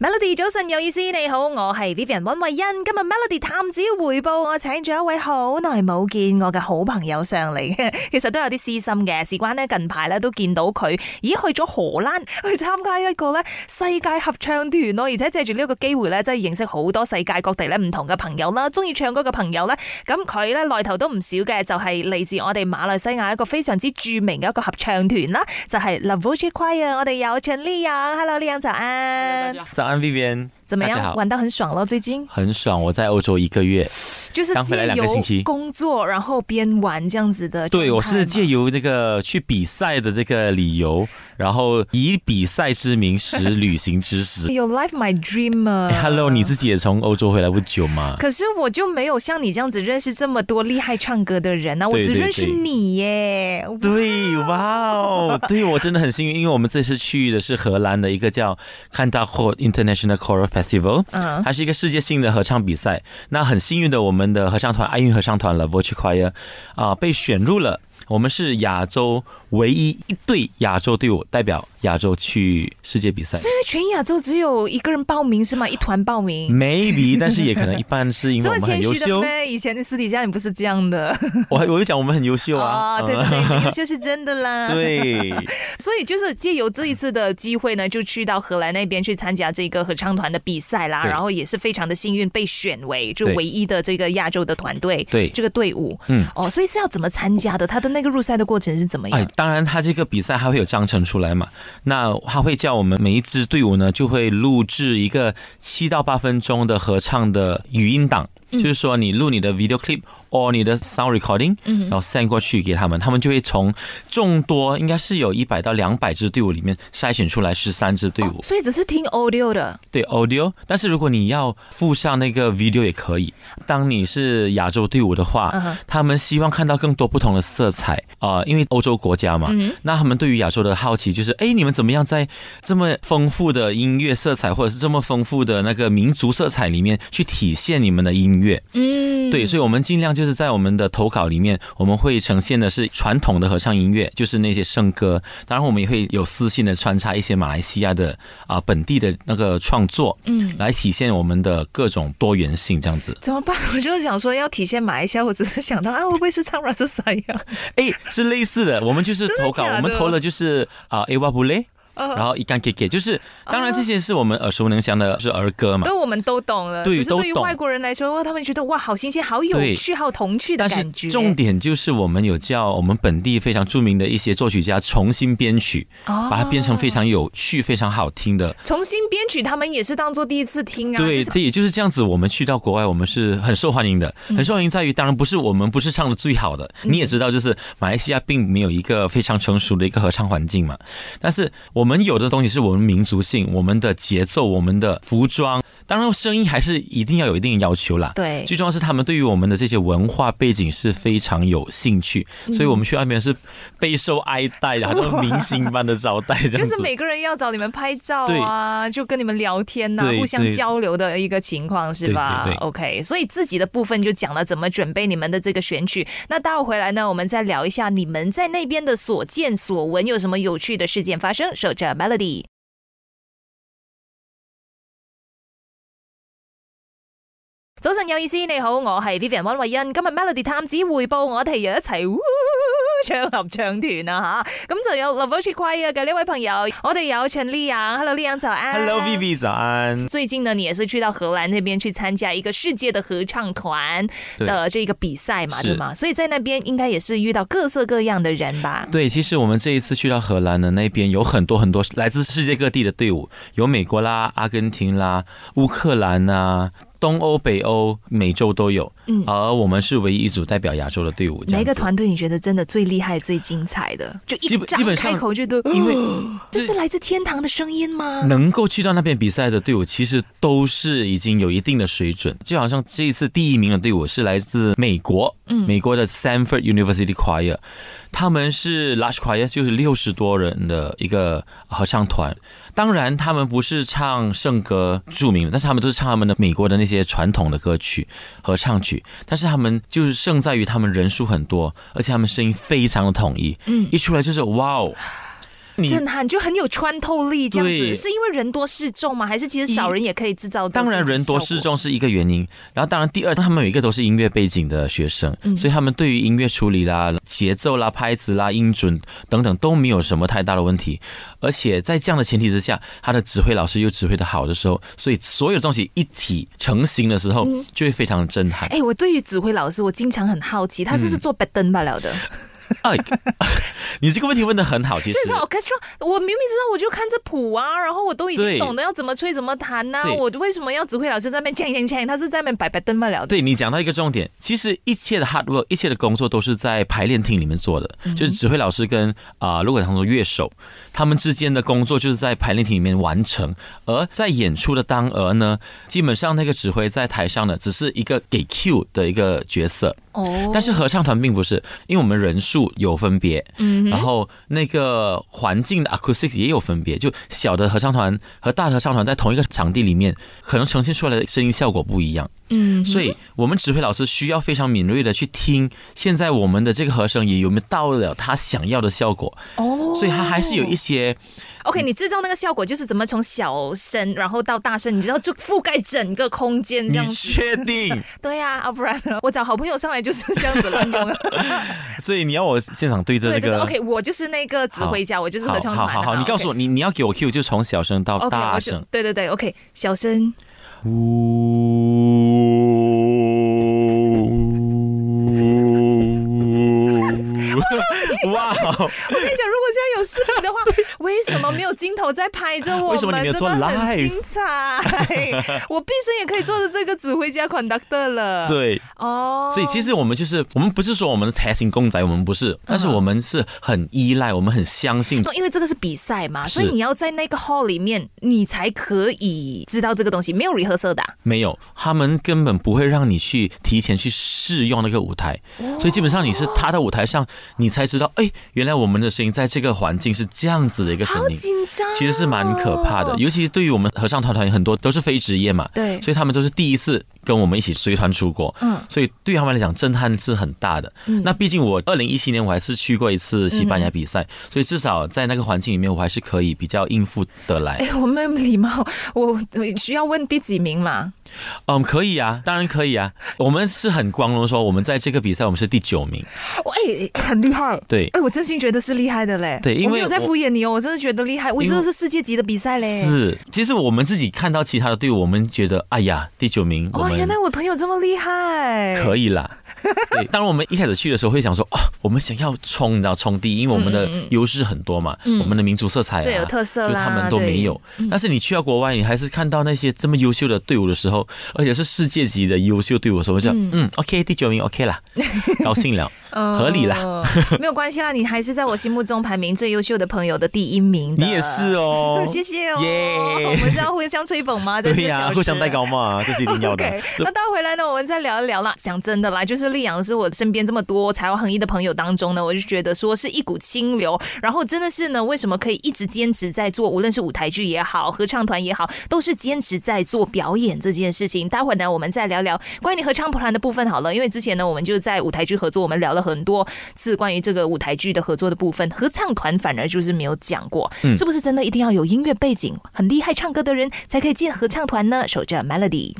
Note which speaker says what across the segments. Speaker 1: Melody 早晨有意思，你好，我係 Vivian 温慧欣。今日 Melody 探子回報，我請咗一位好耐冇見我嘅好朋友上嚟， 其實都有啲私心嘅。事關呢，近排咧都見到佢，咦去咗荷蘭 去參加一個咧世界合唱團咯，而且借住呢一個機會咧，真係認識好多世界各地咧唔同嘅朋友啦，中意唱歌嘅朋友咧，咁佢咧內頭都唔少嘅，就係、嚟自我哋馬來西亞一個非常之著名嘅一個合唱團啦，就係、La Voce Choir。我哋有陳麗陽，Hello 麗陽早安。
Speaker 2: 早安，Vivian，
Speaker 1: 怎么
Speaker 2: 大家
Speaker 1: 样？
Speaker 2: 好
Speaker 1: 玩得很爽了，最近
Speaker 2: 很爽，我在欧洲一个月，
Speaker 1: 就是
Speaker 2: 刚回来
Speaker 1: 借
Speaker 2: 两个
Speaker 1: 由
Speaker 2: 星期
Speaker 1: 工作，然后边玩这样子的状态嘛。
Speaker 2: 对我是借由这个去比赛的这个理由，然后以比赛之名使旅行 之实。
Speaker 1: 有 life my dream 啊。
Speaker 2: 哎 Hello，你自己也从欧洲回来不久嘛？
Speaker 1: 可是我就没有像你这样子认识这么多厉害唱歌的人啊，我
Speaker 2: 对
Speaker 1: 只
Speaker 2: 对
Speaker 1: 认识
Speaker 2: 对
Speaker 1: 你耶。
Speaker 2: 对，哇哦，对我真的很幸运，因为我们这次去的是荷兰的一个叫 c a n t a h o International Choral Festival，
Speaker 1: 嗯，
Speaker 2: 它是一个世界性的合唱比赛。那很幸运的，我们的合唱团爱韵合唱团 La Voce Choir 啊、被选入了。我们是亚洲唯一一队亚洲队伍代表亚洲去世界比赛
Speaker 1: 是因为全亚洲只有一个人报名是吗？一团报名。
Speaker 2: ，maybe，但是也可能一般是因为
Speaker 1: 这
Speaker 2: 嗯我
Speaker 1: 么
Speaker 2: 们
Speaker 1: 谦
Speaker 2: 很优
Speaker 1: 虚的
Speaker 2: 秀。
Speaker 1: 咩？以前私底下你不是这样的
Speaker 2: 我还我就讲我们很优秀啊，
Speaker 1: 哦，对对对，你优秀是真的啦。
Speaker 2: 嗯 对，
Speaker 1: 所以就是借由这一次的机会呢，就去到荷兰那边去参加这个合唱团的比赛啦，
Speaker 2: 对
Speaker 1: 然后也是非常的幸运被选为就
Speaker 2: 对
Speaker 1: 唯一的这个亚洲的团队，
Speaker 2: 对
Speaker 1: 这个队伍。
Speaker 2: 嗯。
Speaker 1: 哦，所以是要怎么参加的？他的那个入赛的过程是怎么样？
Speaker 2: 哎，当然，他这个比赛还会有章程出来嘛。那他会叫我们每一支队伍呢，就会录制一个七到八分钟的合唱的语音档，就是说你录你的 video clip or 你的 sound recording，、然
Speaker 1: 嗯
Speaker 2: 后 send 过去给他们，他们就会从众多应该是有一百到两百支队伍里面筛选出来十三支队伍，
Speaker 1: 哦所以只是听 audio 的，
Speaker 2: 对 audio。但是如果你要附上那个 video 也可以。当你是亚洲队伍的话，
Speaker 1: 嗯哼
Speaker 2: 他们希望看到更多不同的色彩啊、呃因为欧洲国家嘛，
Speaker 1: 嗯
Speaker 2: 那他们对于亚洲的好奇就是，哎，你们怎么样在这么丰富的音乐色彩，或者是这么丰富的那个民族色彩里面去体现你们的音乐？
Speaker 1: 嗯，
Speaker 2: 对，所以我们尽量就是在我们的投稿里面，我们会呈现的是传统的合唱音乐，就是那些圣歌。当然，我们也会有私信的穿插一些马来西亚的啊、本地的那个创作，
Speaker 1: 嗯。
Speaker 2: 来体现我们的各种多元性，这样子。
Speaker 1: 怎么办？我就想说要体现马来西亚，我只是想到啊，会不会是唱 r a s s a 呀？
Speaker 2: 哎，是类似的，我们就是
Speaker 1: 真的
Speaker 2: 投稿，
Speaker 1: 假的
Speaker 2: 我们投了就是啊，A 哇不嘞，然
Speaker 1: 啊，
Speaker 2: 后一干给给，就是当然这些是我们耳熟能详的，是儿歌嘛。
Speaker 1: 都我们都懂了，
Speaker 2: 对
Speaker 1: 只是
Speaker 2: 都
Speaker 1: 对于
Speaker 2: 懂
Speaker 1: 外国人来说，哇他们觉得哇，好新鲜，好有
Speaker 2: 对
Speaker 1: 趣，好童趣的
Speaker 2: 但
Speaker 1: 感觉。
Speaker 2: 是重点就是我们有叫我们本地非常著名的一些作曲家重新编曲，
Speaker 1: 哦
Speaker 2: 把它编成非常有趣、非常好听的。
Speaker 1: 重新编曲，他们也是当做第一次听啊。
Speaker 2: 对，
Speaker 1: 就是
Speaker 2: 这也就是这样子。我们去到国外，我们是很受欢迎的，
Speaker 1: 嗯
Speaker 2: 很受欢迎在于，当然不是我们不是唱的最好的，你也知道，就是马来西亚并没有一个非常成熟的一个合唱环境嘛。但是我们有的东西是我们民族性、我们的节奏、我们的服装，当然声音还是一定要有一定的要求啦。
Speaker 1: 对
Speaker 2: 最重要是他们对于我们的这些文化背景是非常有兴趣，
Speaker 1: 嗯
Speaker 2: 所以我们去那边是备受爱 戴，然后明星般的招待，这样
Speaker 1: 就
Speaker 2: 子
Speaker 1: 是。每个人要找你们拍照啊，就跟你们聊天呐、
Speaker 2: 对
Speaker 1: 互相交流的一个情况是吧
Speaker 2: 对对对
Speaker 1: o k 所以自己的部分就讲了怎么准备你们的这个选曲。那待会回来呢，我们再聊一下你们在那边的所见所闻，有什么有趣的事件发生。守着 Melody。早晨有意思，你好，我係 Vivian 温慧欣。今日 Melody 探子匯報，我哋又一齊呜唱合唱團啦吓，咁就有 l o v o c h i Choir 嘅呢位朋友，我哋有陳麗陽，Hello 麗陽早安
Speaker 2: Hello Vivi，早安。
Speaker 1: 最近呢，你也是去到荷兰那边去参加一个世界的合唱团
Speaker 2: 对
Speaker 1: 的这个比赛嘛，
Speaker 2: 是
Speaker 1: 对吗？所以在那边应该也是遇到各色各样的人吧？
Speaker 2: 对，其实我们这一次去到荷兰的那边有很多很多来自世界各地的队伍，有美国啦、阿根廷啦、乌克兰呐、东欧、北欧、美洲都有。
Speaker 1: 嗯
Speaker 2: 而我们是唯一一组代表亚洲的队伍。这样
Speaker 1: 哪一个
Speaker 2: 子？
Speaker 1: 团队你觉得真的最厉害、最精彩的？就一
Speaker 2: 基本基
Speaker 1: 张
Speaker 2: 本
Speaker 1: 开
Speaker 2: 上
Speaker 1: 口就都，
Speaker 2: 因为
Speaker 1: 这是来自天堂的声音吗？
Speaker 2: 能够去到那边比赛的队伍，其实都是已经有一定的水准。就好像这一次第一名的队伍是来自美国，
Speaker 1: 嗯
Speaker 2: 美国的 Sanford University Choir，他们是 Large Choir，就是六十多人的一个合唱团。当然，他们不是唱圣歌著名的，但是他们都是唱他们的美国的那些传统的歌曲、合唱曲。但是他们就是胜在于他们人数很多，而且他们声音非常的统一，
Speaker 1: 嗯
Speaker 2: 一出来就是哇哦，你
Speaker 1: 震撼，就很有穿透力这样子。
Speaker 2: 对
Speaker 1: 是因为人多势众吗？还是其实少人也可以制造？
Speaker 2: 当然人多势，众是一个原因，然后当然第二，他们每一个都是音乐背景的学生，
Speaker 1: 嗯
Speaker 2: 所以他们对于音乐处理啦、节奏啦、拍子啦、音准等等都没有什么太大的问题。而且在这样的前提之下，他的指挥老师又指挥的好的时候，所以所有东西一体成型的时候，
Speaker 1: 嗯
Speaker 2: 就会非常震撼。
Speaker 1: 哎、我对于指挥老师，我经常很好奇，他是不
Speaker 2: 嗯
Speaker 1: 是做 b a d e n 罢了的？
Speaker 2: 哎， 你这个问题问的很好，其实
Speaker 1: 就是 orchestra，我明明知道，我就看着谱啊，然后我都已经
Speaker 2: 对
Speaker 1: 懂得要怎么吹、怎么弹呐、
Speaker 2: 对
Speaker 1: 我为什么要指挥老师在那边锵锵锵？他是在那边摆摆灯罢了的。
Speaker 2: 对你讲到一个重点，其实一切的 hard work，一切的工作都是在排练厅里面做的，
Speaker 1: 嗯
Speaker 2: 就是指挥老师跟啊、如果当中乐手，他们之间的工作就是在排练厅里面完成。而在演出的当儿呢，基本上那个指挥在台上呢，只是一个给 cue 的一个角色，
Speaker 1: 哦
Speaker 2: 但是合唱团并不是，因为我们人数有分别，
Speaker 1: 嗯
Speaker 2: 然后那个环境的 acoustic 也有分别，就小的合唱团和大的合唱团在同一个场地里面，可能呈现出来的声音效果不一样。
Speaker 1: 嗯，
Speaker 2: 所
Speaker 1: 以
Speaker 2: 以我们指挥老师需要非常敏锐的去听，现在我们的这个和声也有没有到了他想要的效果，
Speaker 1: 哦，
Speaker 2: 所以他还是有一些
Speaker 1: OK，你制造那个效果就是怎么从小声然后到大声，你知道就覆盖整个空间这样
Speaker 2: 你
Speaker 1: 子。
Speaker 2: 确定，
Speaker 1: 对呀、啊，不然呢我找好朋友上来就是这样子乱用。
Speaker 2: 所以你要我现场 对着
Speaker 1: 对
Speaker 2: 那
Speaker 1: 对对
Speaker 2: 个。
Speaker 1: ，OK，我就是那个指挥家，我就是合
Speaker 2: 好
Speaker 1: 唱
Speaker 2: 好
Speaker 1: 团。
Speaker 2: 好好，你告诉我，你你要给我 Q 就从小声到
Speaker 1: o k
Speaker 2: 大
Speaker 1: 我就
Speaker 2: 声，
Speaker 1: 对对对，OK，小声。
Speaker 2: 呜，哇哦，
Speaker 1: 我跟你讲，如果现在有视频 的话，为什么没有镜头在拍着我们？
Speaker 2: 为什么你没有做
Speaker 1: 真的很
Speaker 2: live？
Speaker 1: 精彩， 我毕生也可以做的这个指挥家 conductor 了。，
Speaker 2: 对。
Speaker 1: 哦，
Speaker 2: 所以其实我们就是，我们不是说我们才行公仔，我们不是，但是我们是很依赖，我们很相信。
Speaker 1: 因为这个是比赛嘛，所以
Speaker 2: 是
Speaker 1: 你要在那个 hall 里面，你才可以知道这个东西，没有 rehearsal 的啊、
Speaker 2: 没有，他们根本不会让你去提前去试用那个舞台，
Speaker 1: 哦
Speaker 2: 所以基本上你是他的舞台上，你才知道，哎，原来我们的声音在这个环境是这样子的一个声
Speaker 1: 好
Speaker 2: 音，
Speaker 1: 紧张哦、
Speaker 2: 其实是蛮可怕的。尤其是对于我们合唱团团员很多都是非职业嘛，
Speaker 1: 对，
Speaker 2: 所以他们都是第一次跟我们一起随团出国，
Speaker 1: 嗯
Speaker 2: 所以对他们来讲震撼是很大的。
Speaker 1: 嗯
Speaker 2: 那毕竟我二零一七年我还是去过一次西班牙比赛，所以至少在那个环境里面，我还是可以比较应付得来。
Speaker 1: 哎，我没有礼貌，我我需要问第几名嘛？
Speaker 2: 嗯，可以啊，当然可以啊。我们是很光荣地说，我们在这个比赛我们是第九名。
Speaker 1: 我哎，哎很厉害。
Speaker 2: 对，
Speaker 1: 哎，我真心觉得是厉害的嘞。
Speaker 2: 对因为
Speaker 1: 我没有在
Speaker 2: 我
Speaker 1: 敷衍你哦，我真的觉得厉害，我
Speaker 2: 因为
Speaker 1: 真的是世界级的比赛嘞。
Speaker 2: 是。其实我们自己看到其他的队伍，我们觉得，哎呀，第九名，我
Speaker 1: 哇，
Speaker 2: 们
Speaker 1: 哦原来我朋友这么厉害。
Speaker 2: 可以啦。 对，当然我们一开始去的时候会想说，哦，我们想要冲，你知道冲第一，因为我们的
Speaker 1: 嗯嗯嗯
Speaker 2: 优势很多嘛，
Speaker 1: 嗯
Speaker 2: 我们的民族色彩、啊、
Speaker 1: 最有特色
Speaker 2: 就
Speaker 1: 啦，嗯
Speaker 2: 他们都没有。但是你去到国外，你还是看到那些这么优秀的队伍的时候，而且是世界级的优秀队伍的时候，我就
Speaker 1: 嗯
Speaker 2: 嗯 o k 第九名 OK 啦，高 兴了。
Speaker 1: 对，嗯
Speaker 2: 合理啦，
Speaker 1: 没有关系啦，你还是在我心目中排名最优秀的朋友的第一名的。，
Speaker 2: 你也是哦
Speaker 1: 谢谢哦。
Speaker 2: 耶
Speaker 1: 我们是要互相吹捧吗？啊在这
Speaker 2: 对
Speaker 1: 个
Speaker 2: 呀、
Speaker 1: 小时
Speaker 2: 互相戴高帽啊，这是一定要的。
Speaker 1: OK，那待会回来呢，我们再聊一聊啦。讲真的啦，就是丽阳是我身边这么多才华横溢的朋友当中呢，我就觉得说是一股清流。然后真的是呢，为什么可以一直坚持在做，无论是舞台剧也好，合唱团也好，都是坚持在做表演这件事情。待会呢，我们再聊聊关于你合唱团的部分好了，因为之前呢，我们就在舞台剧合作，我们聊了很多次关于这个舞台剧的合作的部分，合唱团反而就是没有讲过，
Speaker 2: 嗯
Speaker 1: 是不是真的一定要有音乐背景，很厉害唱歌的人才可以进合唱团呢？守着 Melody。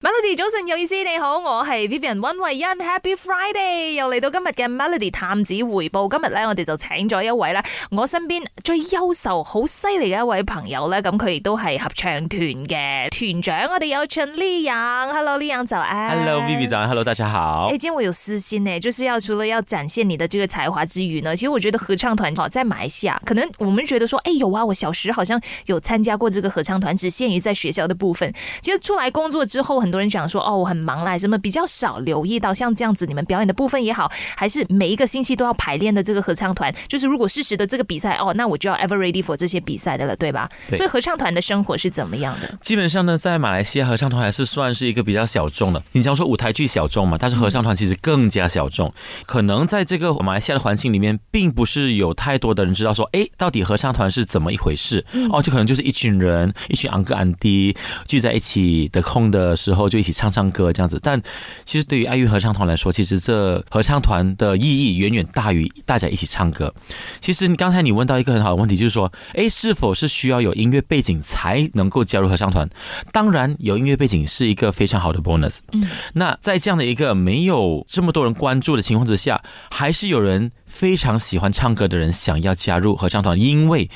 Speaker 1: Melody 早晨有意思，你好，我係 Vivian 温慧欣，Happy Friday，又嚟到今日嘅 Melody 探子回報。今日咧，我哋就請咗一位咧，我身邊最優秀、好犀利嘅一位朋友咧，咁佢亦都係合唱團嘅團長。我哋有陳麗陽，Hello 麗陽早安
Speaker 2: Hello Vivi 早。安，Hello 大家好
Speaker 1: 呃哎、。今天我有私心呢、就是要除了要展现你的这个才华之余呢，其实我觉得合唱团好在马来西亚，可能我们觉得说，哎、有啊，我小时好像有参加过这个合唱团，只限于在学校的部分。其实出来工作之后，很多人讲说，哦，我很忙啦，什么比较少留意到像这样子，你们表演的部分也好，还是每一个星期都要排练的这个合唱团，就是如果适时的这个比赛，哦，那我就要 ever ready for 这些比赛的了，对吧？
Speaker 2: 对
Speaker 1: 所以合唱团的生活是怎么样的？
Speaker 2: 基本上呢，在马来西亚合唱团还是算是一个比较小众的。你常说舞台剧小众嘛，但是合唱团其实更加小众。可能在这个马来西亚的环境里面，并不是有太多的人知道说，哎，到底合唱团是怎么一
Speaker 1: 嗯
Speaker 2: 回事？哦，就可能就是一群人，一群昂哥昂弟聚在一起得空的时候就一起唱唱歌这样子。但其实对于爱乐合唱团来说，其实这合唱团的意义远远大于大家一起唱歌。其实你刚才你问到一个很好的问题，就是说，诶，是否是需要有音乐背景才能够加入合唱团？当然，有音乐背景是一个非常好的 bonus。
Speaker 1: 嗯，
Speaker 2: 那在这样的一个没有这么多人关注的情况之下，还是有人非常喜欢唱歌的人想要加入合唱团，因为，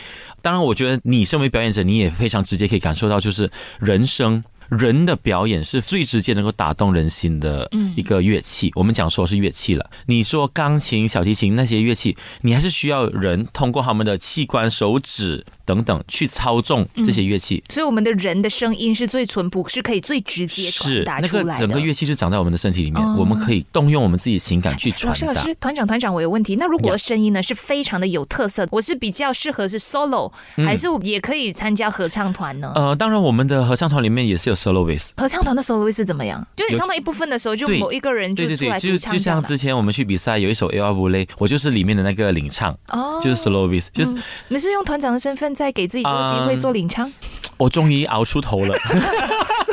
Speaker 2: 当然，我觉得你身为表演者，你也非常直接可以感受到，就是人声。人的表演是最直接能够打动人心的一个乐器。我们讲说是乐器了，你说钢琴、小提琴那些乐器，你还是需要人通过他们的器官、手指等等去操纵这些乐器。
Speaker 1: 所以我们的人的声音是最淳朴，是可以最直接传
Speaker 2: 是
Speaker 1: 达
Speaker 2: 那
Speaker 1: 出
Speaker 2: 个
Speaker 1: 来的。
Speaker 2: 整个乐器就长在我们的身体里面，
Speaker 1: 哦
Speaker 2: 我们可以动用我们自己的情感去传
Speaker 1: 老师，老
Speaker 2: 达。
Speaker 1: 师，团长，团长，我有问题。那如果
Speaker 2: 呀
Speaker 1: 声音呢是非常的有特色，我是比较适合是 solo，、还是我也可以参加合唱团呢？
Speaker 2: 嗯呃，当然，我们的合唱团里面也是有 soloist。
Speaker 1: 合唱团的 solo 是怎么样？就是你
Speaker 2: 有
Speaker 1: 唱到一部分的时候，就
Speaker 2: 对
Speaker 1: 某一个人
Speaker 2: 对
Speaker 1: 就
Speaker 2: 对
Speaker 1: 出
Speaker 2: 对，
Speaker 1: 来
Speaker 2: 就
Speaker 1: 独
Speaker 2: 就
Speaker 1: 唱
Speaker 2: 像之前我们去比赛有一首《a r b u l e 我就是里面的那个领唱，
Speaker 1: 这样的哦，
Speaker 2: 就是 soloist，就是
Speaker 1: 嗯你是用团长的身份在给自己这个机会
Speaker 2: 嗯
Speaker 1: 做领唱，
Speaker 2: 我终于熬出头了。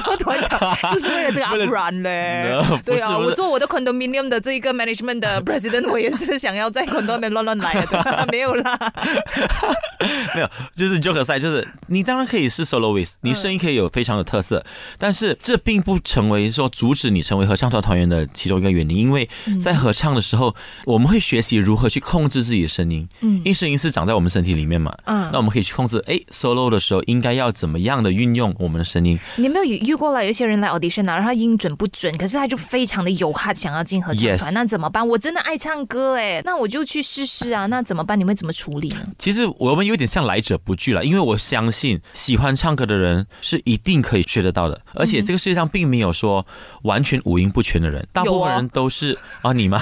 Speaker 1: 做团 长就是为了这个，啊
Speaker 2: 为了
Speaker 1: 不然嘞
Speaker 2: No，不是。
Speaker 1: 对啊，
Speaker 2: 不是
Speaker 1: 我做我的 condominium 的这一个 management 的 president，我也是想要在 condominium 乱乱来的，对吧 没有啦。
Speaker 2: 没有，就是 joke 赛，就是你当然可以是 soloist，你
Speaker 1: 嗯
Speaker 2: 声音可以有非常有特色，但是这并不成为说阻止你成为合唱团团员的其中一个原因，因为
Speaker 1: 嗯
Speaker 2: 在合唱的时候，我们会学习如何去控制自己的声音，
Speaker 1: 嗯
Speaker 2: 因为声音是长在我们身体里面嘛，
Speaker 1: 嗯
Speaker 2: 那我们可以去控制，哎，solo 的时候应该要怎么样的运用我们的声音
Speaker 1: 你有没有遇遇过了有一些人来 audition 啊，然后他音准不准，可是他就非常的有 h 想要进合唱团
Speaker 2: Yes
Speaker 1: 那怎么办？我真的爱唱歌哎，那我就去试试啊，那怎么办？你会怎么处理呢？
Speaker 2: 其实我们有点像来者不拒了，因为我相信喜欢唱歌的人是一定可以学得到的，而且这个世界上并没有说完全五音不全的人，大部分人都是啊你 吗？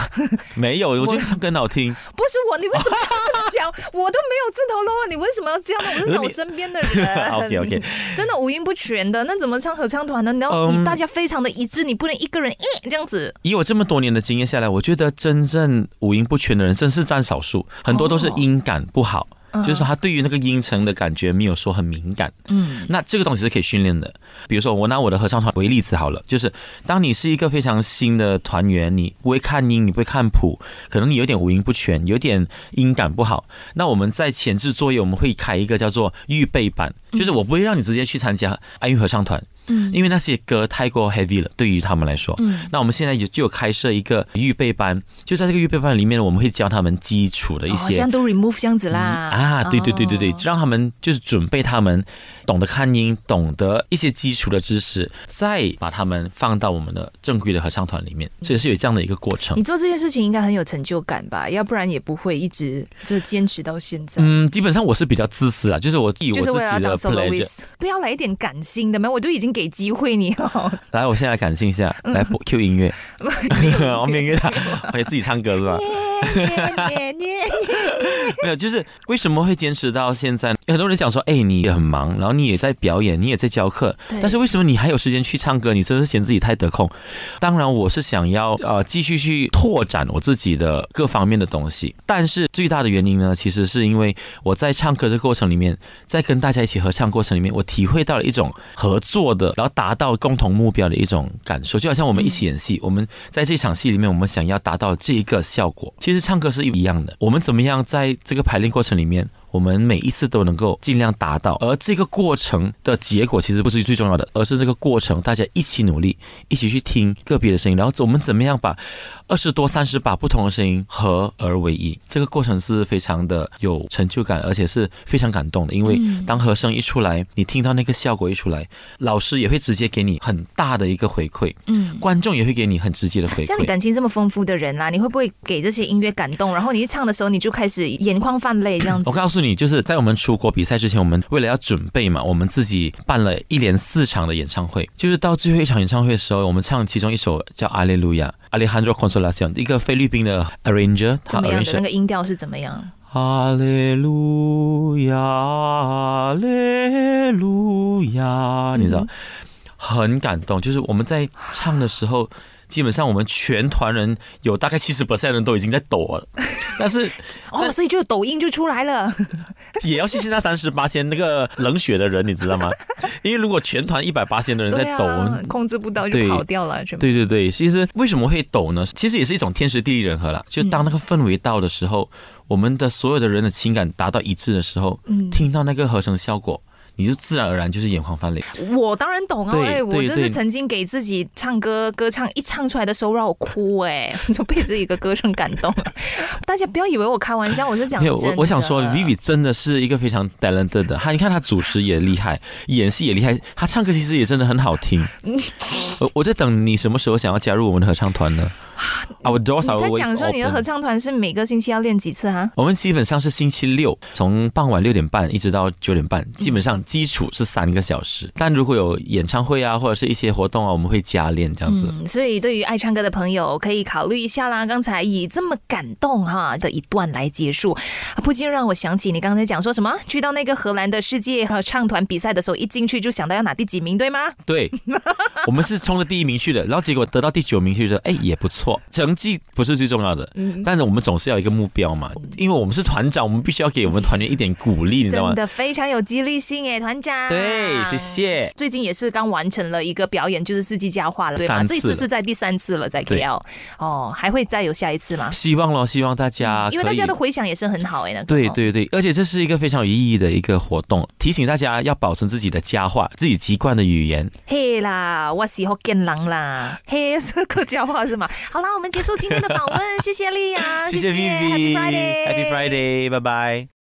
Speaker 2: 没有，我觉得唱歌很好 听。
Speaker 1: 不是我，你为什么要这么讲？ 我都没有自投罗网，你为什么要这样呢？我是讲我
Speaker 2: 你
Speaker 1: 身边的 人
Speaker 2: OK，OK
Speaker 1: 真的五音不全的，那怎么唱合唱团呢？你要
Speaker 2: 嗯
Speaker 1: 你大家非常的一致，你不能一个人诶这样子。
Speaker 2: 以我这么多年的经验下来，我觉得真正五音不全的人真是占少数，很多都是音感不好。就是说他对于那个音程的感觉没有说很敏感，
Speaker 1: 嗯
Speaker 2: 那这个东西是可以训练的。比如说，我拿我的合唱团为例子好了，就是当你是一个非常新的团员，你不会看音，你不会看谱，可能你有点五音不全，有点音感不好。那我们在前置作业，我们会开一个叫做预备版，就是我不会让你直接去参加爱乐合唱团，
Speaker 1: 嗯
Speaker 2: 因为那些歌太过 heavy 了，对于他们来说。
Speaker 1: 嗯
Speaker 2: 那我们现在有就有开设一个预备班，就在这个预备班里面，我们会教他们基础的一
Speaker 1: 哦好
Speaker 2: 些
Speaker 1: 像都 remove 这样子啦。啊哦
Speaker 2: 啊，对对对对对，让他们就是准备他们懂得看音，懂得一些基础的知识，再把他们放到我们的正规的合唱团里面，所以是有这样的一个过程
Speaker 1: 你。做这件事情应该很有成就感吧？要不然也不会一直就坚持到现在。
Speaker 2: 嗯，基本上我是比较自私啊，就是我以我
Speaker 1: 就
Speaker 2: 自
Speaker 1: 是
Speaker 2: 己
Speaker 1: 为了要当
Speaker 2: 的 pleasure。
Speaker 1: soloist，不要来一点感性的吗？我都已经给机会你哦 了，
Speaker 2: 来，我现在来感性一下，
Speaker 1: 嗯
Speaker 2: 来播 Q 音 乐， 我没有音乐的，我可以自己唱歌是吧？
Speaker 1: 耶耶耶
Speaker 2: 没有，就是为什么会坚持到现在？有很多人讲说，哎，你也很忙，然后你也在表演，你也在教课，
Speaker 1: 对
Speaker 2: 但是为什么你还有时间去唱歌？你真是嫌自己太得空。当然，我是想要呃继续去拓展我自己的各方面的东西，但是最大的原因呢，其实是因为我在唱歌的过程里面，在跟大家一起合唱过程里面，我体会到了一种合作的，然后达到共同目标的一种感受。就好像我们一起演戏，我们在这场戏里面，我们想要达到这一个效果，其实唱歌是一样的。我们怎么样在这个排练过程里面？我们每一次都能够尽量达到，而这个过程的结果其实不是最重要的，而是这个过程大家一起努力，一起去听个别的声音，然后我们怎么样把二十多、三十把不同的声音合而为一，这个过程是非常的有成就感，而且是非常感动的。因为
Speaker 1: 嗯
Speaker 2: 当和声一出来，你听到那个效果一出来，老师也会直接给你很大的一个回馈，
Speaker 1: 嗯。
Speaker 2: 观众也会给你很直接的回
Speaker 1: 像你
Speaker 2: 馈。
Speaker 1: 感情这么丰富的人啊啦、你会不会给这些音乐感动？然后你一唱的时候，你就开始眼眶泛泪这样子
Speaker 2: 我？告诉你，就是在我们出国比赛之前，我们为了要准备嘛，我们自己办了一连四场的演唱会。就是到最后一场演唱会的时候，我们唱其中一首叫《阿利路亚》（Alejandro Consolacion），一个菲律宾的 arranger，他
Speaker 1: 怎么样
Speaker 2: arrange
Speaker 1: 的
Speaker 2: 了
Speaker 1: 那个音调是怎么样？
Speaker 2: 哈利路亚，哈利
Speaker 1: 嗯
Speaker 2: 路亚，你知道，很感动。就是我们在唱的时候，基本上我们全团人有大概七十 percent 人都已经在抖 了，但是
Speaker 1: 哦，所以就抖音就出来了。
Speaker 2: 也要谢谢那三十八仙那个冷血的人，你知 道吗？因为如果全团一百八仙的人在
Speaker 1: 对
Speaker 2: 抖，
Speaker 1: 啊，控制不到就
Speaker 2: 对
Speaker 1: 跑掉了，是吗？
Speaker 2: 对对对，其实为什么会抖呢？其实也是一种天时地利人和
Speaker 1: 嗯
Speaker 2: 啦。就当那个氛围到的时候，我们的所有的人的情感达到一致的时候，
Speaker 1: 嗯
Speaker 2: 听到那个合成效果，你就自然而然就是眼眶泛泪。
Speaker 1: 我当然懂啊，
Speaker 2: 对
Speaker 1: 哎、我
Speaker 2: 对
Speaker 1: 真是
Speaker 2: 对
Speaker 1: 曾经给自己唱歌歌唱一唱出来的时候让我哭、哎， 就被自己的歌声感动了。 大家不要以为我开玩笑，我是讲
Speaker 2: 没
Speaker 1: 真
Speaker 2: 有，
Speaker 1: 的。
Speaker 2: 我我想说，Vivi 真的是一个非常 talented 的，她你看她主持也厉害，演戏也厉害，她唱歌其实也真的很好听。
Speaker 1: 嗯
Speaker 2: 我我在等你什么时候想要加入我们的合唱团呢？Our doors are
Speaker 1: 你在
Speaker 2: always
Speaker 1: 讲说你的
Speaker 2: open
Speaker 1: 合唱团是每个星期要练几次啊？
Speaker 2: 我们基本上是星期六，从傍晚六点半一直到九点
Speaker 1: 嗯
Speaker 2: 半，基本上基础是三个小时。但如果有演唱会啊，或者是一些活动啊，我们会加练这样子。
Speaker 1: 嗯，所以对于爱唱歌的朋友，可以考虑一下啦。刚才以这么感动哈的一段来结束，啊不禁让我想起你刚才讲说什么？去到那个荷兰的世界合唱团比赛的时候，一进去就想到要拿第几名，对吗？
Speaker 2: 对，我们是冲着第一名去的，然后结果得到第九名去的，哎，也不错。成绩不是最重要的，
Speaker 1: 嗯
Speaker 2: 但是我们总是要有一个目标嘛，因为我们是团长，我们必须要给我们团员一点鼓励，你知道吗
Speaker 1: 真？的非常有激励性诶，团长。
Speaker 2: 对谢谢
Speaker 1: 最近也是刚完成了一个表演，就是四季佳话了，对吧？
Speaker 2: 三次
Speaker 1: 这一
Speaker 2: 了
Speaker 1: 次是在第三次了，在
Speaker 2: 对
Speaker 1: KL。哦，还会再有下一次吗？
Speaker 2: 希望咯，希望大家
Speaker 1: 嗯因为
Speaker 2: 可
Speaker 1: 大
Speaker 2: 以
Speaker 1: 家的回响也是很好诶，那个
Speaker 2: 对。对对，而且这是一个非常有意义的一个活动，提醒大家要保存自己的家话，自己籍贯的语言。
Speaker 1: 嘿啦，我喜欢见人啦，嘿是客家话是吗？好啦，我们结束今天的访问，谢谢丽阳，
Speaker 2: 谢谢
Speaker 1: Happy Friday，
Speaker 2: Vivi，Happy Friday，拜拜。